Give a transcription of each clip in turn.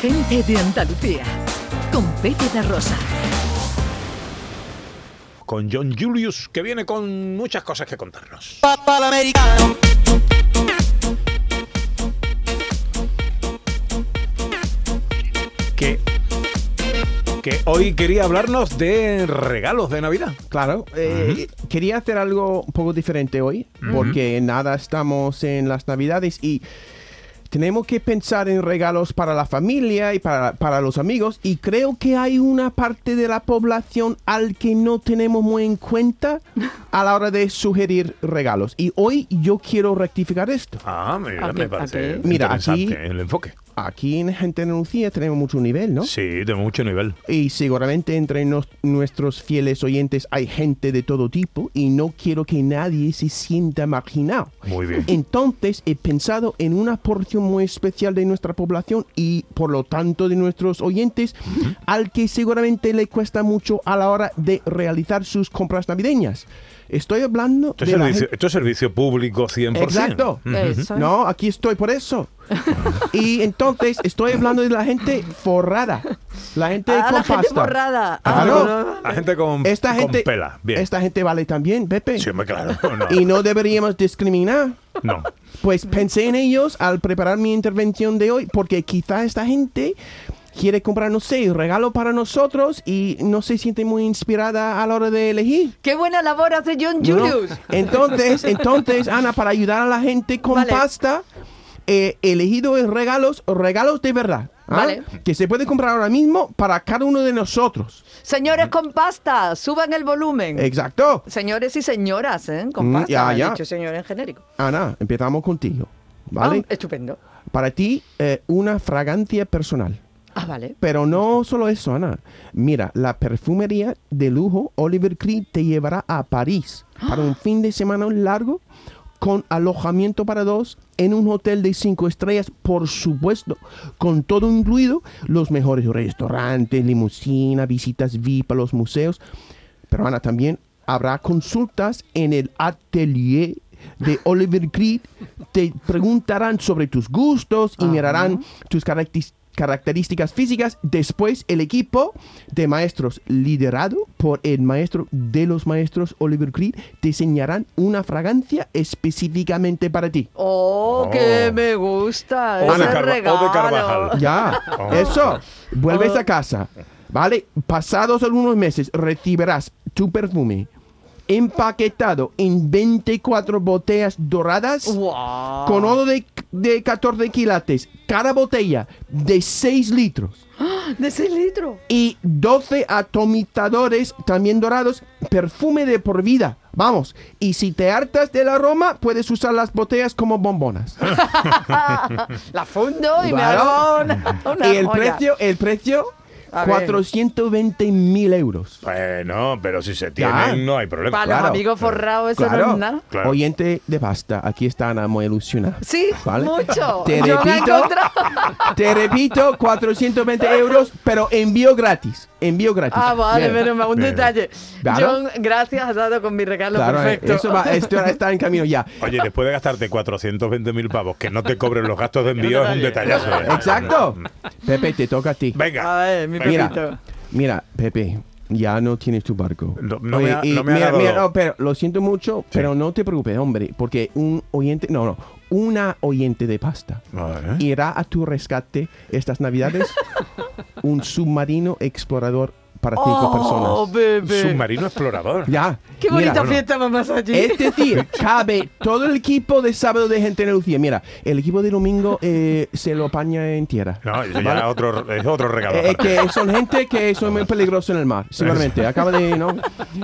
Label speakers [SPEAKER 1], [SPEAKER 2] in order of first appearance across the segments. [SPEAKER 1] Gente de Andalucía, con Pepe de Rosa.
[SPEAKER 2] Con John Julius, que viene con muchas cosas que contarnos.
[SPEAKER 3] Papal americano.
[SPEAKER 2] Que, que hoy quería hablarnos de regalos de Navidad.
[SPEAKER 4] Claro, eh, quería hacer algo un poco diferente hoy, porque nada, estamos en las navidades y tenemos que pensar en regalos para la familia y para, para los amigos, y creo que hay una parte de la población al que no tenemos muy en cuenta a la hora de sugerir regalos. Y hoy yo quiero rectificar esto.
[SPEAKER 2] Ah, mira,
[SPEAKER 5] ¿A qué?
[SPEAKER 2] me parece
[SPEAKER 5] ¿A qué?
[SPEAKER 4] Mira,
[SPEAKER 2] interesante
[SPEAKER 4] aquí-
[SPEAKER 2] el enfoque.
[SPEAKER 4] Aquí en Gente en Andalucía tenemos mucho nivel, ¿no?
[SPEAKER 2] Sí, de mucho nivel.
[SPEAKER 4] Y seguramente entre nos- nuestros fieles oyentes hay gente de todo tipo y no quiero que nadie se sienta marginado.
[SPEAKER 2] Muy bien.
[SPEAKER 4] Entonces he pensado en una porción muy especial de nuestra población y por lo tanto de nuestros oyentes al que seguramente le cuesta mucho a la hora de realizar sus compras navideñas. Estoy hablando
[SPEAKER 2] Esto es,
[SPEAKER 4] de la
[SPEAKER 2] servicio,
[SPEAKER 4] gen-
[SPEAKER 2] esto es servicio público 100%.
[SPEAKER 4] Exacto.
[SPEAKER 2] ¿eh?
[SPEAKER 5] Eso es.
[SPEAKER 4] No, aquí estoy por eso. y entonces estoy hablando de la gente forrada. La gente
[SPEAKER 5] Ah,
[SPEAKER 4] con
[SPEAKER 5] la gente
[SPEAKER 4] pasta.
[SPEAKER 5] borrada. Ah,
[SPEAKER 4] Claro.
[SPEAKER 2] La gente con,
[SPEAKER 4] Esta
[SPEAKER 2] con
[SPEAKER 4] gente,
[SPEAKER 2] pela. Bien.
[SPEAKER 4] esta gente vale también, Pepe.
[SPEAKER 2] Sí, hombre, claro. No.
[SPEAKER 4] Y no deberíamos discriminar.
[SPEAKER 2] no.
[SPEAKER 4] Pues pensé en ellos al preparar mi intervención de hoy, porque quizá esta gente quiere comprar, no sé, regalo para nosotros y no se siente muy inspirada a la hora de elegir.
[SPEAKER 5] Qué buena labor hace John
[SPEAKER 4] ¿no?
[SPEAKER 5] Julius.
[SPEAKER 4] Entonces, entonces, Ana, para ayudar a la gente con
[SPEAKER 5] Vale.
[SPEAKER 4] pasta, eh, he elegido es regalos, regalos de verdad. ¿ah?
[SPEAKER 5] Vale.
[SPEAKER 4] Que se puede comprar ahora mismo para cada uno de nosotros.
[SPEAKER 5] Señores con pasta, suban el volumen.
[SPEAKER 4] Exacto.
[SPEAKER 5] Señores y señoras, ¿eh? Con
[SPEAKER 4] Eh. Mm,
[SPEAKER 5] pasta.
[SPEAKER 4] ya,
[SPEAKER 5] he
[SPEAKER 4] ya.
[SPEAKER 5] dicho señor en genérico.
[SPEAKER 4] Ana, empezamos contigo. ¿Vale?
[SPEAKER 5] Ah, estupendo.
[SPEAKER 4] Para ti, eh, una fragancia personal.
[SPEAKER 5] Ah, vale.
[SPEAKER 4] Pero no solo eso, Ana. Mira, la perfumería de lujo Oliver Creed te llevará a París para un fin de semana largo con alojamiento para dos en un hotel de cinco estrellas, por supuesto, con todo incluido, los mejores restaurantes, limusina, visitas VIP a los museos. Pero Ana, también habrá consultas en el atelier de Oliver Creed. Te preguntarán sobre tus gustos y mirarán tus características características físicas, después el equipo de maestros liderado por el maestro de los maestros Oliver Creed diseñarán una fragancia específicamente para ti.
[SPEAKER 5] Oh,
[SPEAKER 2] Oh.
[SPEAKER 5] que me gusta.
[SPEAKER 2] O de
[SPEAKER 5] ese
[SPEAKER 2] Carva- o de
[SPEAKER 5] regalo.
[SPEAKER 2] Carvajal.
[SPEAKER 4] Ya,
[SPEAKER 2] Oh.
[SPEAKER 4] eso. Vuelves a casa, ¿vale? Pasados algunos meses recibirás tu perfume empaquetado en 24 botellas doradas
[SPEAKER 5] Guau.
[SPEAKER 4] con oro de, de 14 quilates, cada botella de 6 litros
[SPEAKER 5] De 6 litros.
[SPEAKER 4] y 12 atomizadores también dorados, perfume de por vida. Vamos, y si te hartas del aroma, puedes usar las botellas como bombonas.
[SPEAKER 5] La fundo y me
[SPEAKER 4] Claro.
[SPEAKER 5] hago una, una
[SPEAKER 4] y el
[SPEAKER 5] joya.
[SPEAKER 4] precio, el precio,
[SPEAKER 5] A ver.
[SPEAKER 4] 420 mil euros.
[SPEAKER 2] Bueno, pero si se
[SPEAKER 4] Ya.
[SPEAKER 2] tienen, no hay problema.
[SPEAKER 5] Para
[SPEAKER 4] claro.
[SPEAKER 5] los amigos forrados, Pues eso no
[SPEAKER 4] Claro.
[SPEAKER 5] es nada.
[SPEAKER 2] Claro.
[SPEAKER 4] Oyente de pasta, aquí está Ana muy ilusionada.
[SPEAKER 5] Sí,
[SPEAKER 4] Vale.
[SPEAKER 5] mucho.
[SPEAKER 4] Te
[SPEAKER 5] Yo me he
[SPEAKER 4] repito.
[SPEAKER 5] encontrado-
[SPEAKER 4] Te repito, 420 euros, pero envío gratis. Envío gratis.
[SPEAKER 5] Ah, vale,
[SPEAKER 4] Bien.
[SPEAKER 5] menos mal, un
[SPEAKER 2] Bien.
[SPEAKER 5] detalle.
[SPEAKER 4] Claro.
[SPEAKER 5] John, gracias, has dado con mi regalo
[SPEAKER 4] Claro, eh,
[SPEAKER 5] perfecto.
[SPEAKER 4] eso va, esto ahora está en camino ya.
[SPEAKER 2] Oye, después de gastarte 420 mil pavos, que no te cobren los gastos de envío es un detallazo. ¿eh?
[SPEAKER 4] Exacto. Pepe, te toca a ti.
[SPEAKER 2] Venga.
[SPEAKER 5] A ver, mi
[SPEAKER 2] Mira.
[SPEAKER 5] pepito.
[SPEAKER 4] Mira, Pepe, ya no tienes tu barco.
[SPEAKER 2] No- no me ha- no me ha
[SPEAKER 4] mira,
[SPEAKER 2] dado-
[SPEAKER 4] mira, no, pero lo siento mucho, pero no te preocupes, hombre, porque un oyente, no, no, una oyente de pasta
[SPEAKER 2] Vale.
[SPEAKER 4] irá a tu rescate estas navidades un submarino explorador para cinco
[SPEAKER 5] Oh,
[SPEAKER 4] personas.
[SPEAKER 5] bebé.
[SPEAKER 2] Submarino explorador.
[SPEAKER 4] Ya.
[SPEAKER 5] Qué
[SPEAKER 4] mira, este-
[SPEAKER 5] bonita fiesta vamos allí.
[SPEAKER 4] Es decir, cabe todo el equipo de sábado de gente en Lucía. Mira, el equipo de domingo eh, se lo apaña en tierra.
[SPEAKER 2] No, eso ya es otro, es otro regalo.
[SPEAKER 4] Eh, eh,
[SPEAKER 2] aparte.
[SPEAKER 4] que son gente que son muy peligrosos en el mar, seguramente. Acaba de, ¿no?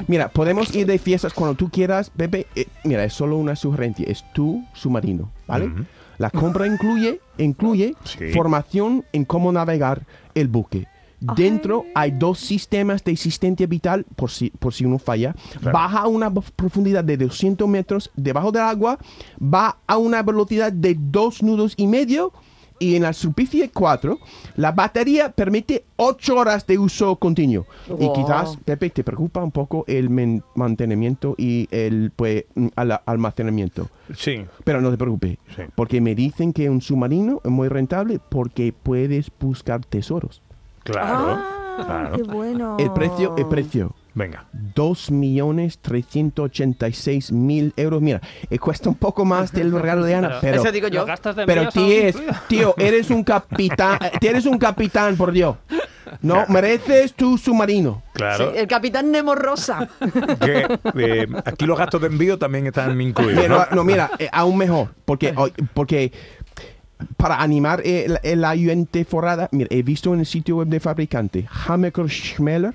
[SPEAKER 4] Mira, podemos ir de fiestas cuando tú quieras, Pepe. Eh, mira, es solo una sugerencia. Es tu submarino, ¿vale?
[SPEAKER 2] Ujú.
[SPEAKER 4] La compra incluye, incluye
[SPEAKER 2] Sí.
[SPEAKER 4] formación en cómo navegar el buque. Dentro hay dos sistemas de asistencia vital por si, por si uno falla. Baja a una bo- profundidad de 200 metros debajo del agua. Va a una velocidad de dos nudos y medio. y en la superficie 4, la batería permite 8 horas de uso continuo. Y
[SPEAKER 5] Wow.
[SPEAKER 4] quizás, Pepe, te preocupa un poco el men- mantenimiento y el pues, mm, al- almacenamiento.
[SPEAKER 2] Sí.
[SPEAKER 4] Pero no te preocupes,
[SPEAKER 2] Sí.
[SPEAKER 4] porque me dicen que un submarino es muy rentable porque puedes buscar tesoros.
[SPEAKER 2] Claro.
[SPEAKER 3] Ah,
[SPEAKER 2] claro.
[SPEAKER 3] qué bueno.
[SPEAKER 4] El precio,
[SPEAKER 6] Oh.
[SPEAKER 4] el precio.
[SPEAKER 2] Venga.
[SPEAKER 4] 2.386.000 euros. Mira, eh, cuesta un poco más del regalo de Ana, pero,
[SPEAKER 5] Eso digo yo.
[SPEAKER 6] Los gastos de
[SPEAKER 4] pero
[SPEAKER 6] envío son
[SPEAKER 4] tío, es-
[SPEAKER 6] incluidos.
[SPEAKER 4] tío, eres un capitán, eh, eres un capitán, por Dios. No, mereces tu submarino.
[SPEAKER 2] Claro.
[SPEAKER 5] Sí, el capitán Nemo Rosa.
[SPEAKER 2] que, eh, aquí los gastos de envío también están incluidos.
[SPEAKER 4] Pero,
[SPEAKER 2] ¿no?
[SPEAKER 4] no, mira, eh, aún mejor, porque, hoy- porque para animar eh, la- eh, la ayudante forrada, mira, he visto en el sitio web del fabricante, Hammaker Schmeller,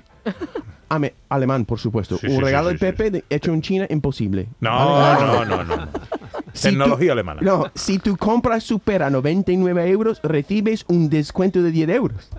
[SPEAKER 4] ame- alemán, por supuesto,
[SPEAKER 2] Sí,
[SPEAKER 4] un
[SPEAKER 2] sí, sí,
[SPEAKER 4] regalo
[SPEAKER 2] sí,
[SPEAKER 4] de
[SPEAKER 2] sí.
[SPEAKER 4] Pepe de- hecho en China, imposible.
[SPEAKER 2] No, no, no, no.
[SPEAKER 4] Si
[SPEAKER 2] Tecnología
[SPEAKER 4] tú-
[SPEAKER 2] alemana.
[SPEAKER 4] No, si tu compra supera 99 euros, recibes un descuento de 10 euros.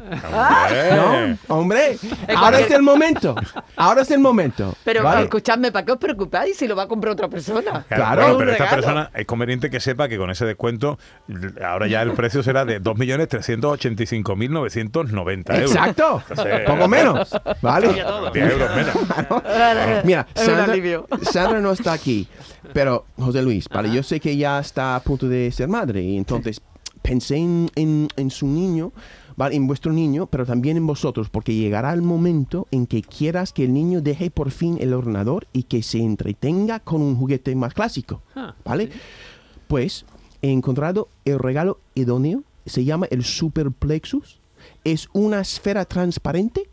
[SPEAKER 2] Hombre.
[SPEAKER 4] ¿No? Hombre, ahora es el momento. Ahora es el momento.
[SPEAKER 5] Pero
[SPEAKER 4] ¿vale?
[SPEAKER 5] escuchadme, ¿para qué os preocupáis si lo va a comprar otra persona?
[SPEAKER 4] Claro.
[SPEAKER 2] bueno,
[SPEAKER 5] Un
[SPEAKER 2] pero esta
[SPEAKER 5] regalo.
[SPEAKER 2] persona es conveniente que sepa que con ese descuento l- ahora ya el precio será de 2.385.990 euros.
[SPEAKER 4] Exacto.
[SPEAKER 2] Entonces,
[SPEAKER 4] Poco menos. ¿Vale?
[SPEAKER 6] Cambia todo.
[SPEAKER 2] 10 euros menos.
[SPEAKER 4] Mira,
[SPEAKER 5] Es un
[SPEAKER 4] Sandra,
[SPEAKER 5] alivio.
[SPEAKER 4] Sandra no está aquí, pero José Luis, para yo sé que ya está a punto de ser madre, y entonces pensé en, en- en su niño, ¿vale? en vuestro niño, pero también en vosotros, porque llegará el momento en que quieras que el niño deje por fin el ordenador y que se entretenga con un juguete más clásico,
[SPEAKER 6] Ah,
[SPEAKER 4] ¿vale? Pues he encontrado el regalo idóneo, se llama el Superplexus, es una esfera transparente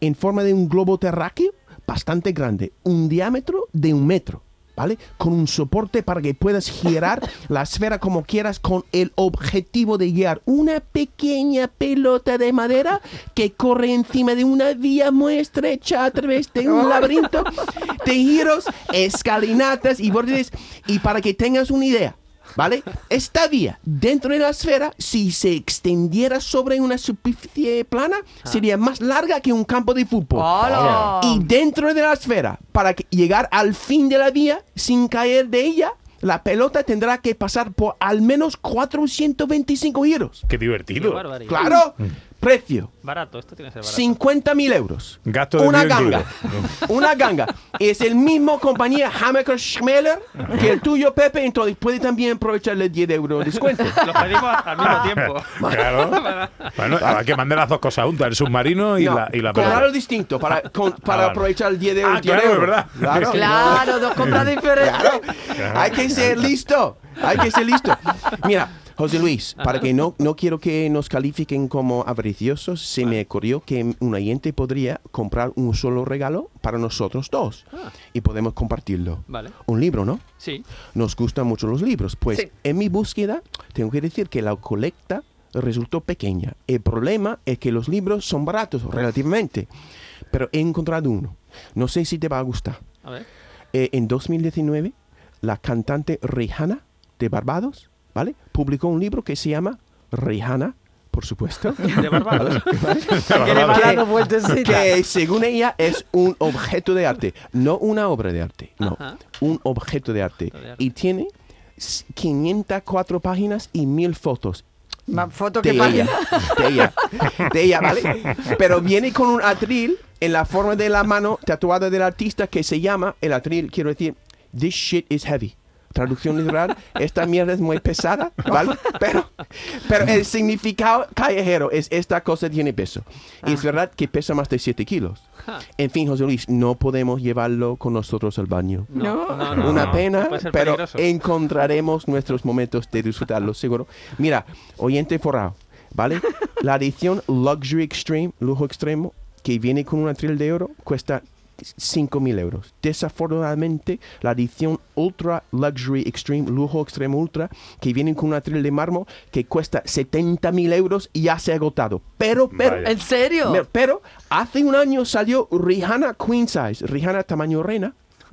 [SPEAKER 4] en forma de un globo terráqueo bastante grande, un diámetro de un metro, ¿vale? Con un soporte para que puedas girar la esfera como quieras con el objetivo de guiar una pequeña pelota de madera que corre encima de una vía muy estrecha a través de un laberinto de giros, escalinatas y bordes. Y para que tengas una idea, ¿Vale? Esta vía, dentro de la esfera, si se extendiera sobre una superficie plana, sería más larga que un campo de fútbol.
[SPEAKER 5] Ah. ¡Hola!
[SPEAKER 4] Oh, Y dentro de la esfera, para que- llegar al fin de la vía sin caer de ella, la pelota tendrá que pasar por al menos 425 giros.
[SPEAKER 2] Qué
[SPEAKER 6] qué
[SPEAKER 2] divertido.
[SPEAKER 6] barbaridad.
[SPEAKER 4] Claro, precio.
[SPEAKER 6] Barato, esto tiene que ser barato.
[SPEAKER 4] 50 mil euros.
[SPEAKER 2] Gasto de
[SPEAKER 4] Una
[SPEAKER 2] envío
[SPEAKER 4] ganga. Una ganga. Es el mismo compañía Hammaker Schmeller que el tuyo, Pepe. Entonces puede también aprovecharle 10 euros de descuento.
[SPEAKER 6] Los pedimos al mismo tiempo.
[SPEAKER 2] Claro. Bueno, habrá que mandar las dos cosas juntas, el submarino y
[SPEAKER 4] No,
[SPEAKER 2] la, y la
[SPEAKER 4] con
[SPEAKER 2] pelota.
[SPEAKER 4] algo distinto para, con- para
[SPEAKER 2] vale.
[SPEAKER 4] aprovechar el 10 de euros.
[SPEAKER 2] Ah, claro,
[SPEAKER 4] 10 euros.
[SPEAKER 2] es verdad.
[SPEAKER 4] Claro.
[SPEAKER 5] Claro, dos compras diferentes.
[SPEAKER 4] Hay que ser listo. Hay que ser listo. Mira, José Luis, para que no, no quiero que nos califiquen como avariciosos, se me ocurrió que un oyente podría comprar un solo regalo para nosotros dos y podemos compartirlo.
[SPEAKER 6] Vale.
[SPEAKER 4] Un libro, ¿no?
[SPEAKER 6] Sí.
[SPEAKER 4] Nos gustan mucho los libros. Pues
[SPEAKER 5] Sí.
[SPEAKER 4] en mi búsqueda, tengo que decir que la colecta resultó pequeña. El problema es que los libros son baratos relativamente. Pero he encontrado uno. No sé si te va a gustar.
[SPEAKER 6] A ver.
[SPEAKER 4] Eh, en 2019, la cantante Rihanna de Barbados, ¿vale? Publicó un libro que se llama Rihanna, por supuesto.
[SPEAKER 6] De Barbados.
[SPEAKER 5] Que le va dando vueltecitas.
[SPEAKER 4] que según ella es un objeto de arte, no una obra de arte, no,
[SPEAKER 6] Ajá.
[SPEAKER 4] un objeto de arte.
[SPEAKER 6] Objeto de arte.
[SPEAKER 4] Y tiene s- 504 páginas y 1000 fotos
[SPEAKER 5] Más fotos
[SPEAKER 4] de
[SPEAKER 5] que
[SPEAKER 4] ella,
[SPEAKER 5] páginas.
[SPEAKER 4] de ella, de ella, ¿vale? Pero viene con un atril en la forma de la mano tatuada del artista que se llama, el atril, quiero decir, This shit is heavy. Traducción literal, esta mierda es muy pesada, ¿vale? Pero, pero el significado callejero es esta cosa tiene peso. Y es verdad que pesa más de 7 kilos.
[SPEAKER 6] Ja.
[SPEAKER 4] En fin, José Luis, no podemos llevarlo con nosotros al baño.
[SPEAKER 6] No, no, no,
[SPEAKER 4] Una
[SPEAKER 6] no.
[SPEAKER 4] pena,
[SPEAKER 6] Puede ser
[SPEAKER 4] pero
[SPEAKER 6] peligroso.
[SPEAKER 4] encontraremos nuestros momentos de disfrutarlo, seguro. Mira, oyente forrado, ¿vale? La edición Luxury Extreme, lujo extremo, que viene con un atril de oro, cuesta 5.000 euros. Desafortunadamente, la edición Ultra Luxury Extreme, lujo extremo ultra, que viene con un atril de mármol, que cuesta 70.000 euros y ya se ha agotado. Pero, pero,
[SPEAKER 2] Vaya.
[SPEAKER 5] ¿En serio?
[SPEAKER 4] me- Pero hace un año salió Rihanna Queen Size, Rihanna Tamaño Reina,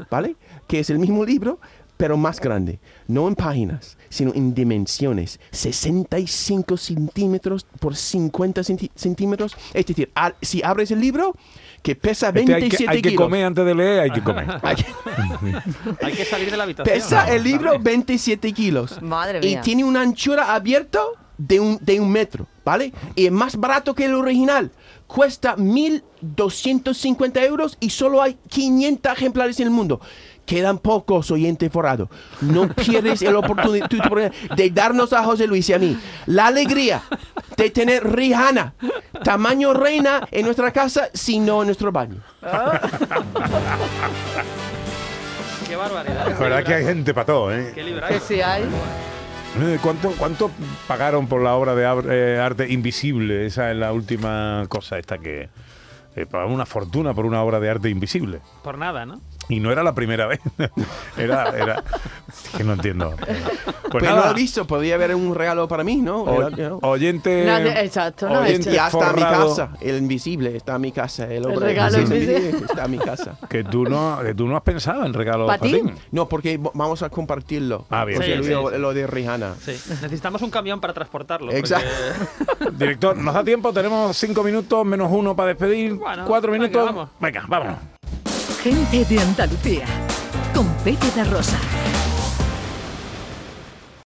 [SPEAKER 4] ¿vale? Que es el mismo libro, pero más grande. No en páginas, sino en dimensiones. 65 centímetros por 50 centi- centímetros. Es decir, al- si abres el libro, que pesa
[SPEAKER 2] Este hay,
[SPEAKER 4] 27
[SPEAKER 2] que, hay que
[SPEAKER 4] kilos.
[SPEAKER 2] comer antes de leer, hay que comer.
[SPEAKER 4] Hay que-
[SPEAKER 6] Hay que salir de la habitación.
[SPEAKER 4] Pesa el libro
[SPEAKER 6] Vale.
[SPEAKER 4] 27 kilos.
[SPEAKER 5] Madre
[SPEAKER 4] Y
[SPEAKER 5] mía.
[SPEAKER 4] tiene una anchura abierta de un, de un metro, ¿vale? Y es más barato que el original. Cuesta 1.250 euros y solo hay 500 ejemplares en el mundo. Quedan pocos oyentes forrados. No pierdes la oportunidad tu oportunidad de darnos a José Luis y a mí la alegría de tener Rihanna, tamaño reina, en nuestra casa, sino en nuestro baño.
[SPEAKER 6] Qué barbaridad.
[SPEAKER 2] La verdad es que hay gente para todo, ¿eh?
[SPEAKER 6] Qué libraco.
[SPEAKER 5] Que si hay.
[SPEAKER 2] Eh, ¿Cuánto, ¿Cuánto pagaron por la obra de ab- eh, arte invisible? Esa es la última cosa esta que... eh, pagaron una fortuna por una obra de arte invisible.
[SPEAKER 6] Por nada, ¿no?
[SPEAKER 2] Y no era la primera vez. era, era... Es que no entiendo. Pues
[SPEAKER 4] Pero
[SPEAKER 2] nada,
[SPEAKER 4] no lo visto, podría haber un regalo para mí, ¿no?
[SPEAKER 2] o-
[SPEAKER 4] Era- ¿no?
[SPEAKER 2] oyente...
[SPEAKER 5] No, de- exacto, no,
[SPEAKER 2] oyente
[SPEAKER 5] este-
[SPEAKER 4] Ya está mi
[SPEAKER 2] forrado,
[SPEAKER 4] casa, el invisible está en mi casa, el, hombre
[SPEAKER 5] regalo
[SPEAKER 4] invisible
[SPEAKER 5] invisible.
[SPEAKER 4] está en mi casa.
[SPEAKER 2] Que tú, no, que tú no has pensado en regalo
[SPEAKER 5] ¿Pa' ti?
[SPEAKER 2] Joaquín.
[SPEAKER 4] No, porque v- vamos a compartirlo.
[SPEAKER 2] Ah, bien.
[SPEAKER 4] Porque
[SPEAKER 6] Sí,
[SPEAKER 4] lo,
[SPEAKER 6] sí, sí.
[SPEAKER 4] lo de Rihanna.
[SPEAKER 6] Sí. Necesitamos un camión para transportarlo. porque-
[SPEAKER 4] Exacto.
[SPEAKER 2] Director, ¿nos da tiempo? Tenemos cinco minutos, menos uno para despedir.
[SPEAKER 6] Bueno,
[SPEAKER 2] Cuatro
[SPEAKER 6] venga,
[SPEAKER 2] minutos.
[SPEAKER 6] vamos.
[SPEAKER 2] Venga, vámonos.
[SPEAKER 1] Gente de Andalucía. Con Pepe da Rosa.